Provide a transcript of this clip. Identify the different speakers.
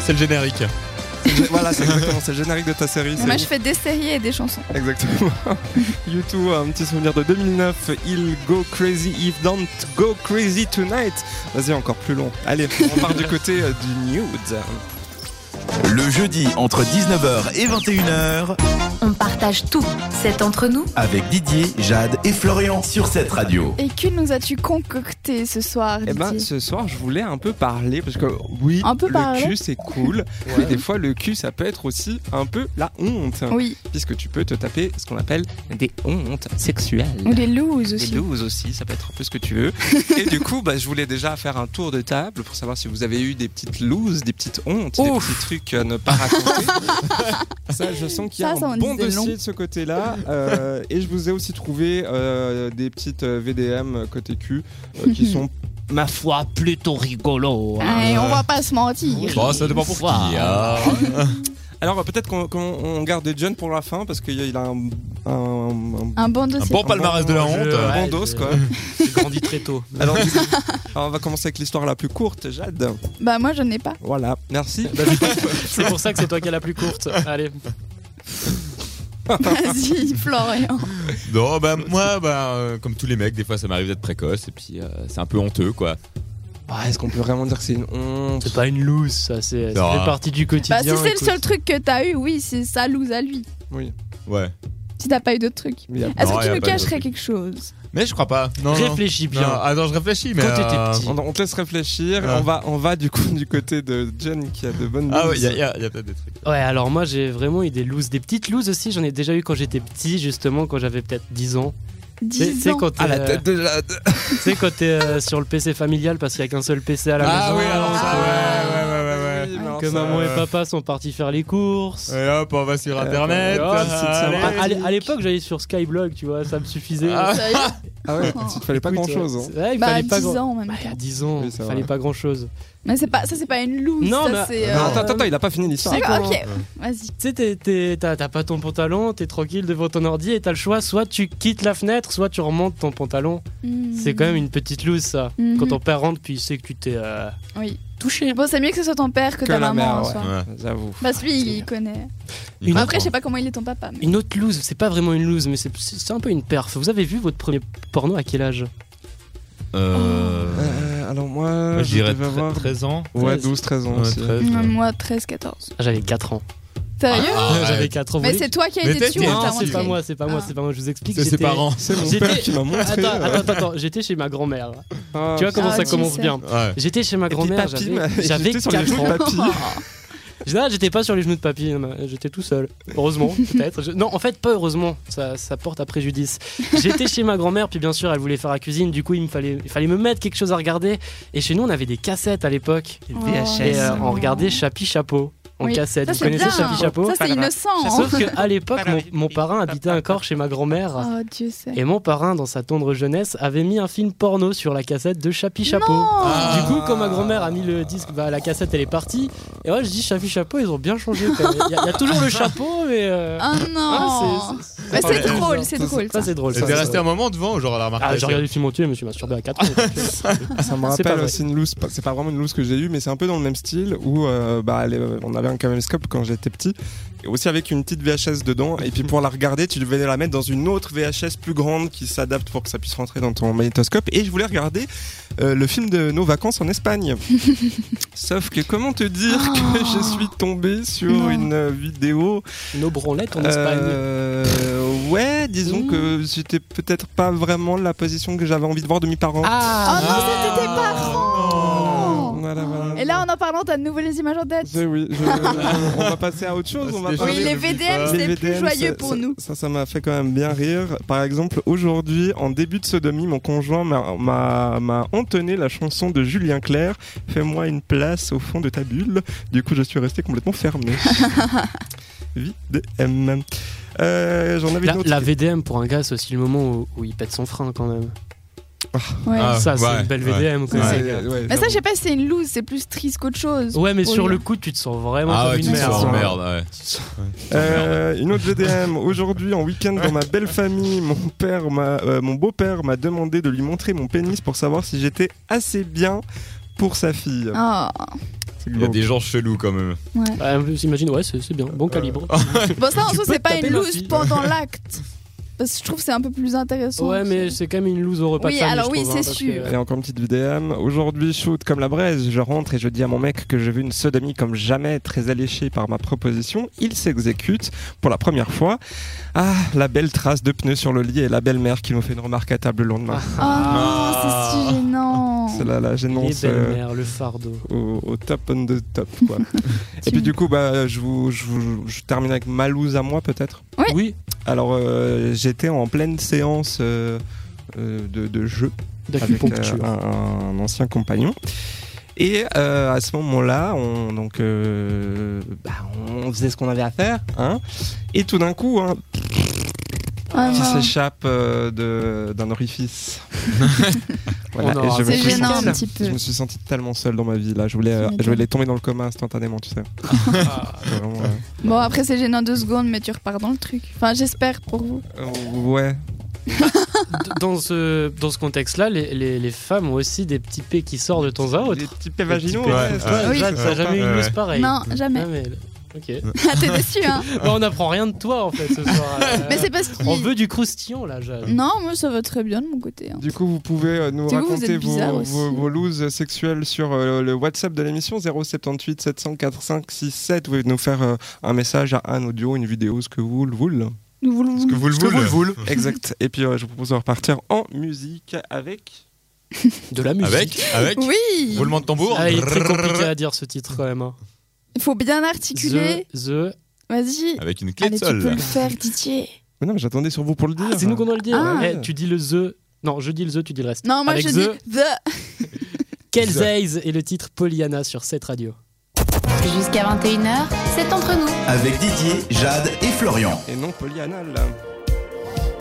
Speaker 1: C'est le générique.
Speaker 2: voilà, c'est exactement, c'est le générique de ta série. c'est-
Speaker 3: Moi, je fais des séries et des chansons.
Speaker 2: Exactement. YouTube, un petit souvenir de 2009. Il go crazy if don't go crazy tonight. Vas-y, encore plus long. Allez, on part du côté euh, du nude.
Speaker 4: Le jeudi entre 19h et 21h
Speaker 5: On partage tout. C'est entre nous.
Speaker 4: avec Didier, Jade et Florian sur cette radio.
Speaker 3: Et que nous as-tu concocté ce soir
Speaker 2: Eh ben,
Speaker 3: Didier
Speaker 2: ce soir, je voulais un peu parler parce que oui,
Speaker 3: Un peu
Speaker 2: le
Speaker 3: parler.
Speaker 2: cul c'est cool, mais des fois le cul ça peut être aussi un peu la honte,
Speaker 3: Oui,
Speaker 2: puisque tu peux te taper ce qu'on appelle des hontes sexuelles.
Speaker 3: ou des loos
Speaker 2: Des
Speaker 3: aussi.
Speaker 2: blues aussi, ça peut être un peu ce que tu veux. Et du coup, bah, je voulais déjà faire un tour de table pour savoir si vous avez eu des petites looses, des petites hontes,
Speaker 1: Ouf.
Speaker 2: des petits trucs à ne pas raconter. ça, je sens qu'il y a
Speaker 3: Ça, ça
Speaker 2: un
Speaker 3: en
Speaker 2: bon
Speaker 3: disait
Speaker 2: dossier
Speaker 3: long.
Speaker 2: de ce côté-là. Euh, et je vous ai aussi trouvé euh, des petites euh, VDM côté cul euh, qui sont
Speaker 6: ma foi, plutôt rigolo. hein.
Speaker 3: Ouais, Ah, on va pas se mentir.
Speaker 1: Bon, Bah, ça dépend pour qui. hein.
Speaker 2: Alors euh, peut-être qu'on qu'on- on garde John pour la fin parce qu'il y a- il a un, un- un-
Speaker 3: Un bon dossier.
Speaker 1: Un bon palmarès de la honte.
Speaker 6: Je-
Speaker 2: un
Speaker 6: ouais.
Speaker 2: bon dos
Speaker 6: je-
Speaker 2: quoi.
Speaker 6: J'ai grandi très tôt.
Speaker 2: Alors, du coup, alors, on va commencer avec l'histoire la plus courte, Jade.
Speaker 3: Bah, moi, je n'ai pas.
Speaker 2: Voilà, merci.
Speaker 6: C'est pour ça que c'est toi qui as la plus courte. Allez.
Speaker 3: Vas-y, Florian.
Speaker 1: Non, bah moi, bah, euh, comme tous les mecs, des fois ça m'arrive d'être précoce et puis euh, c'est un peu honteux quoi.
Speaker 2: Ah, Est-ce qu'on peut vraiment dire que c'est une honte
Speaker 6: C'est pas une loose, ça. C'est
Speaker 1: Non,
Speaker 6: ça
Speaker 1: hein.
Speaker 6: fait partie du quotidien.
Speaker 3: Bah, si c'est le
Speaker 6: écoute.
Speaker 3: seul truc que t'as eu, oui, c'est sa loose à lui.
Speaker 2: Oui.
Speaker 1: Ouais.
Speaker 3: Si t'as pas eu d'autres trucs.
Speaker 2: Il y a-
Speaker 3: Est-ce
Speaker 1: Non,
Speaker 3: que
Speaker 1: y
Speaker 3: tu
Speaker 1: a
Speaker 3: nous
Speaker 1: pas eu
Speaker 3: cacherais
Speaker 1: d'autres
Speaker 3: quelque chose
Speaker 1: Mais je crois pas. Non, non.
Speaker 6: Réfléchis bien.
Speaker 1: Non, ah non, je réfléchis, mais.
Speaker 6: Quand t'étais
Speaker 1: euh,
Speaker 6: petit.
Speaker 2: On, on te laisse réfléchir.
Speaker 1: Ouais.
Speaker 2: On va, on va du coup du côté de John qui a de bonnes.
Speaker 1: Ah ouais,
Speaker 2: news.
Speaker 1: il y a, y a- y a peut-être des trucs.
Speaker 6: Ouais, alors moi j'ai vraiment eu des looses, des petites looses aussi. J'en ai déjà eu quand j'étais petit, justement, quand j'avais peut-être 10 ans. Tu sais- tu
Speaker 3: 10
Speaker 6: sais
Speaker 3: ans.
Speaker 6: quand t'es, euh,
Speaker 2: de Jade.
Speaker 6: tu sais, quand t'es euh, sur le PC familial parce qu'il y a qu'un seul PC à la
Speaker 1: Ah
Speaker 6: maison.
Speaker 1: oui, alors ça, ouais, ouais, ouais, ouais. ouais.
Speaker 2: Oui, mais alors
Speaker 6: Que
Speaker 2: ça,
Speaker 6: maman
Speaker 1: euh,
Speaker 6: et papa sont partis faire les courses.
Speaker 1: Et hop, on va sur internet.
Speaker 6: Oh,
Speaker 1: Ah,
Speaker 6: c'est sympa.
Speaker 1: allez.
Speaker 6: À, à- à l'époque, j'allais sur Skyblog, tu vois, ça me suffisait.
Speaker 1: Ah,
Speaker 3: Ça y est.
Speaker 2: Ah ouais. Il fallait pas hein. grand
Speaker 6: Écoute,
Speaker 1: euh,
Speaker 2: chose.
Speaker 1: hein.
Speaker 6: ouais, c'est- ouais, il
Speaker 3: Bah,
Speaker 6: fallait pas
Speaker 3: 10
Speaker 6: grand-
Speaker 3: ans, même.
Speaker 6: Bah, il y a 10 ans,
Speaker 2: Oui,
Speaker 6: il
Speaker 2: c'est
Speaker 6: fallait
Speaker 2: vrai.
Speaker 6: pas grand chose.
Speaker 3: Mais c'est pas, ça, c'est pas une loose.
Speaker 6: Non,
Speaker 3: ça,
Speaker 6: mais-
Speaker 3: c'est.
Speaker 2: Non,
Speaker 3: euh,
Speaker 2: attends, attends, il a pas fini l'histoire.
Speaker 3: c'est-
Speaker 6: comment
Speaker 3: Ok, vas-y.
Speaker 6: Tu sais, t'es- t'es- t'as t'as pas ton pantalon, t'es tranquille devant ton ordi et t'as le choix soit tu quittes la fenêtre, soit tu remontes ton pantalon. C'est quand même une petite loose ça.
Speaker 3: Mhm.
Speaker 6: Quand ton père rentre, puis il sait que tu t'es euh,
Speaker 3: Oui.
Speaker 6: touché.
Speaker 3: Bon, c'est mieux que ce soit ton père que,
Speaker 2: Que
Speaker 3: ta
Speaker 2: la
Speaker 3: maman
Speaker 2: mère,
Speaker 3: en
Speaker 2: ouais.
Speaker 3: soi.
Speaker 1: Ouais.
Speaker 2: Ah, J'avoue.
Speaker 3: Parce
Speaker 6: Ah,
Speaker 3: que lui, Bah, il connaît.
Speaker 1: Il
Speaker 6: Une
Speaker 1: comprend.
Speaker 3: Après, je sais pas comment il est ton papa. Mais...
Speaker 6: Une autre loose, c'est pas vraiment une loose, mais c'est- c'est c'est un peu une perf. Vous avez vu votre premier porno à quel âge
Speaker 1: Euh,
Speaker 2: Euh, alors moi,
Speaker 1: Moi, je dirais
Speaker 2: devais
Speaker 1: tre-
Speaker 2: avoir-
Speaker 1: 13 ans.
Speaker 2: Ouais, 12, 13 ans.
Speaker 1: Ouais,
Speaker 2: aussi.
Speaker 1: 13.
Speaker 6: euh,
Speaker 3: Non, Moi, 13, 14.
Speaker 6: Ah, J'avais 4 ans.
Speaker 3: Sérieux
Speaker 1: Ah,
Speaker 6: J'avais
Speaker 1: ouais.
Speaker 6: 4 ans.
Speaker 3: Mais
Speaker 6: vous
Speaker 3: c'est
Speaker 6: voulez-
Speaker 3: toi qui as
Speaker 1: Mais
Speaker 3: été
Speaker 1: t'es-
Speaker 3: tué,
Speaker 1: t'es-
Speaker 3: on
Speaker 6: Non,
Speaker 3: t'a
Speaker 6: c'est
Speaker 3: rendu
Speaker 6: pas
Speaker 3: compte.
Speaker 6: moi, c'est pas moi,
Speaker 3: Ah.
Speaker 6: c'est pas moi, je vous explique.
Speaker 1: C'est ses
Speaker 6: j'étais-
Speaker 1: parents.
Speaker 2: C'est mon
Speaker 6: J'étais-
Speaker 2: père qui m'a montré.
Speaker 6: Attends, attends, attends, j'étais chez ma grand-mère.
Speaker 2: Ah,
Speaker 6: Tu vois comment
Speaker 3: Ah,
Speaker 6: ça
Speaker 3: tu
Speaker 6: commence
Speaker 3: sais.
Speaker 6: bien.
Speaker 1: Ouais.
Speaker 6: J'étais chez ma
Speaker 2: puis
Speaker 6: grand-mère,
Speaker 2: papy
Speaker 6: j'avais
Speaker 2: m'a-
Speaker 6: j'avais
Speaker 2: j'étais sur les
Speaker 6: 4
Speaker 2: genoux de
Speaker 6: ans.
Speaker 2: papy.
Speaker 6: Là, ah, j'étais pas sur les genoux de papy, non, non, j'étais tout seul. Heureusement, peut-être. Je- Non, en fait, pas heureusement, ça, ça porte à préjudice. J'étais chez ma grand-mère, puis bien sûr, elle voulait faire la cuisine, du coup, il me fallait, il fallait me mettre quelque chose à regarder. Et chez nous, on avait des cassettes à l'époque.
Speaker 3: Oh,
Speaker 6: Et euh,
Speaker 3: c'est
Speaker 6: on regardait
Speaker 3: marrant.
Speaker 6: Chapi Chapeau en
Speaker 3: Oui.
Speaker 6: cassette.
Speaker 3: Ça,
Speaker 6: Vous
Speaker 3: c'est
Speaker 6: connaissez
Speaker 3: bien.
Speaker 6: Chapi Chapeau
Speaker 3: Ça, c'est innocent. hein.
Speaker 6: Sauf qu'à l'époque, mon, mon parrain habitait encore chez ma grand-mère.
Speaker 3: Oh, Dieu sait.
Speaker 6: Et mon parrain, dans sa tendre jeunesse, avait mis un film porno sur la cassette de Chapi Chapeau.
Speaker 3: Non
Speaker 2: Ah.
Speaker 6: Du coup, quand ma grand-mère a mis le disque, bah, la cassette elle est partie. Et ouais, je dis chapeau, chapeau, ils ont bien changé. quoi. Il y, a- il y a toujours
Speaker 1: Ah.
Speaker 6: le chapeau, mais. euh,
Speaker 3: Ah
Speaker 6: ah,
Speaker 3: non
Speaker 6: c'est-
Speaker 3: Mais
Speaker 6: ça paraît
Speaker 3: c'est
Speaker 6: bizarre.
Speaker 3: drôle, c'est
Speaker 2: Ça,
Speaker 3: drôle.
Speaker 6: Ça,
Speaker 3: ça.
Speaker 6: c'est drôle.
Speaker 1: Et
Speaker 6: ça,
Speaker 1: t'es
Speaker 6: c'est
Speaker 1: resté un
Speaker 6: drôle.
Speaker 1: moment devant, genre à la remarqué.
Speaker 6: Ah, j'ai regardé le film entier, mais je me suis masturbé à 4 ans. euh,
Speaker 2: Ça me
Speaker 6: C'est pas
Speaker 2: rappelle
Speaker 6: vrai.
Speaker 2: aussi une loose, pas- c'est pas vraiment une loose que j'ai eue, mais c'est un peu dans le même style où euh, bah, les- on avait un caméscope quand j'étais petit, et aussi avec une petite VHS dedans, et puis pour la regarder, tu devais la mettre dans une autre VHS plus grande qui s'adapte pour que ça puisse rentrer dans ton magnétoscope, et je voulais regarder euh, le film de nos vacances en Espagne. Ah. Sauf que comment te dire que
Speaker 3: Oh.
Speaker 2: je suis tombé sur
Speaker 3: Non.
Speaker 2: une euh, vidéo
Speaker 6: Nos branlettes en Espagne.
Speaker 2: euh, Ouais, disons
Speaker 6: Mm.
Speaker 2: que c'était peut-être pas vraiment la position que j'avais envie de voir de mes parents.
Speaker 3: Oh
Speaker 6: Ah
Speaker 3: non, c'était tes parents
Speaker 2: Voilà, voilà.
Speaker 3: Et là, en en parlant, t'as de nouveau les images en tête.
Speaker 2: C'est- oui, je- je- on va passer à autre chose.
Speaker 1: Ah,
Speaker 2: on va
Speaker 1: c'est des
Speaker 2: parler
Speaker 3: Oui,
Speaker 1: je
Speaker 3: les
Speaker 1: l'oublie
Speaker 3: VDM,
Speaker 6: euh,
Speaker 1: pas.
Speaker 2: des
Speaker 3: c'est plus
Speaker 2: VDM, ça-
Speaker 3: joyeux pour
Speaker 2: ça-
Speaker 3: nous.
Speaker 2: Ça, ça m'a fait quand même bien rire. Par exemple, aujourd'hui, en début de sodomie, mon conjoint m'a- m'a m'a entonné la chanson de Julien Clerc Fais-moi une place au fond de ta bulle. Du coup, je suis resté complètement fermé. VDM. Euh, J'en avais
Speaker 6: La,
Speaker 2: une autre.
Speaker 6: la VDM pour un gars, c'est aussi le moment où, où il pète son frein quand même.
Speaker 3: Ouais.
Speaker 1: Ah,
Speaker 6: ça, c'est
Speaker 1: ouais,
Speaker 6: une belle
Speaker 1: ouais.
Speaker 6: VDM. quoi.
Speaker 2: C'est-
Speaker 6: Ouais.
Speaker 2: ouais,
Speaker 3: Mais ça, je sais pas si c'est une loose, c'est plus triste qu'autre chose.
Speaker 6: Ouais, mais
Speaker 3: Pour
Speaker 6: sur
Speaker 3: lui.
Speaker 6: le coup, tu te sens vraiment
Speaker 1: Ah
Speaker 6: comme
Speaker 1: ouais,
Speaker 6: une
Speaker 1: tu te
Speaker 6: merde.
Speaker 1: sens
Speaker 2: hein.
Speaker 1: merde, ouais. Ah,
Speaker 2: Euh, une autre VDM. Aujourd'hui, en week-end, dans ma belle famille, mon père, m'a- euh, mon beau-père m'a demandé de lui montrer mon pénis pour savoir si j'étais assez bien pour sa fille.
Speaker 3: Ah,
Speaker 1: Il y a des gens chelous quand même.
Speaker 6: Bah, j'imagine, ouais, c'est c'est bien. Bon calibre.
Speaker 3: Bon, ça en
Speaker 6: Tu
Speaker 3: soi,
Speaker 6: peux
Speaker 3: c'est pas
Speaker 6: taper
Speaker 3: une
Speaker 6: ma
Speaker 3: loose
Speaker 6: fille.
Speaker 3: pendant l'acte. Parce que je trouve que c'est un peu plus intéressant.
Speaker 6: Ouais, mais c'est quand même une loose au repas
Speaker 3: Oui,
Speaker 6: de famille.
Speaker 3: alors
Speaker 6: je
Speaker 3: oui,
Speaker 6: trouve,
Speaker 3: c'est
Speaker 6: hein, parce
Speaker 3: sûr.
Speaker 6: que-
Speaker 2: Et encore une petite VDM. Aujourd'hui, shoot comme la braise. Je rentre et je dis à mon mec que j'ai vu une sodomie comme jamais, très alléchée par ma proposition. Il s'exécute pour la première fois. Ah, la belle trace de pneus sur le lit et la belle-mère qui me fait une remarque à table le lendemain.
Speaker 3: Oh non, c'est si gênant.
Speaker 2: Ah. C'est la, la
Speaker 6: Les
Speaker 2: gênance. euh,
Speaker 6: belles-mères, le fardeau.
Speaker 2: au, au top on the top quoi. et puis
Speaker 3: Tu-
Speaker 2: du coup bah je vous je, vous- je termine avec ma loose à moi peut-être.
Speaker 3: Ouais.
Speaker 6: Oui,
Speaker 2: Alors euh, j'étais en pleine séance euh, euh, de, de jeu avec euh,
Speaker 6: d'acupuncture.
Speaker 2: un, un ancien compagnon. Et euh, à ce moment-là, on donc euh, bah, on faisait ce qu'on avait à faire, hein. Et tout d'un coup, hein,
Speaker 3: Ah
Speaker 2: qui
Speaker 3: non.
Speaker 2: s'échappe euh, de- d'un orifice.
Speaker 6: On aura-
Speaker 2: et je me
Speaker 3: C'est
Speaker 2: suis
Speaker 3: gênant
Speaker 2: senti-
Speaker 3: un petit peu.
Speaker 2: Je me suis senti tellement seul dans ma vie là. Je voulais, euh,
Speaker 3: Tu
Speaker 2: je voulais tomber dans le coma instantanément, tu sais.
Speaker 6: Ah,
Speaker 2: C'était vraiment, euh,
Speaker 3: Bon, après, c'est gênant deux secondes, mais tu repars dans le truc. Enfin, j'espère pour vous.
Speaker 2: euh, ouais.
Speaker 6: D- dans ce, dans ce contexte-là, les, les- les femmes ont aussi des petits pets qui sortent de temps à autre.
Speaker 2: Les petits pets vaginaux.
Speaker 1: petits pets.
Speaker 2: ouais,
Speaker 1: Ouais,
Speaker 2: c'est
Speaker 1: ouais.
Speaker 2: ça.
Speaker 3: Oui.
Speaker 6: Jeanne, t'as jamais eu une
Speaker 1: Ouais,
Speaker 6: loose
Speaker 1: ouais.
Speaker 6: pareille
Speaker 3: Non, jamais.
Speaker 6: Jamais. Ok.
Speaker 3: Ah, T'es déçu, hein.
Speaker 6: Bah, on apprend rien de toi en fait ce soir. Euh,
Speaker 3: Mais c'est parce que.
Speaker 6: On veut du croustillant là, Jeanne.
Speaker 3: Non, moi, ça va très bien de mon côté. hein.
Speaker 2: Du coup, vous pouvez euh, nous
Speaker 3: Du coup, vous
Speaker 2: raconter
Speaker 3: êtes bizarre
Speaker 2: vos,
Speaker 3: aussi.
Speaker 2: vos, vos looses sexuelles sur euh, le WhatsApp de l'émission 078 700 45 67. Vous pouvez nous faire euh, un message à un audio, une vidéo, ce que vous le voulez.
Speaker 3: Nous voulons.
Speaker 1: Parce que vous le
Speaker 2: Ce que vous le
Speaker 1: voulez.
Speaker 2: voulez. Exact. Et puis, euh, je vous propose de repartir en musique avec.
Speaker 6: De la musique.
Speaker 1: Avec Avec
Speaker 3: Oui
Speaker 1: Roulement de tambour
Speaker 6: Ah, il est très compliqué à dire ce titre quand même. hein.
Speaker 3: Il faut bien
Speaker 6: The,
Speaker 3: articuler.
Speaker 6: the.
Speaker 3: Vas-y.
Speaker 1: Avec une clé
Speaker 3: Allez,
Speaker 1: de
Speaker 3: tu peux
Speaker 1: sol.
Speaker 3: le faire, Didier.
Speaker 2: Mais non, mais j'attendais sur vous pour le dire.
Speaker 6: Ah, C'est nous qu'on doit le dire.
Speaker 3: Ah.
Speaker 6: Eh, tu dis le the. Non, je dis le the, tu dis le reste.
Speaker 3: Non, moi,
Speaker 6: Avec
Speaker 3: je
Speaker 6: the-
Speaker 3: dis The.
Speaker 6: Quels Eyes est le titre Pollyanna sur cette radio.
Speaker 5: Jusqu'à 21h, c'est entre nous.
Speaker 4: Avec Didier, Jade et Florian.
Speaker 2: Et non polyanal.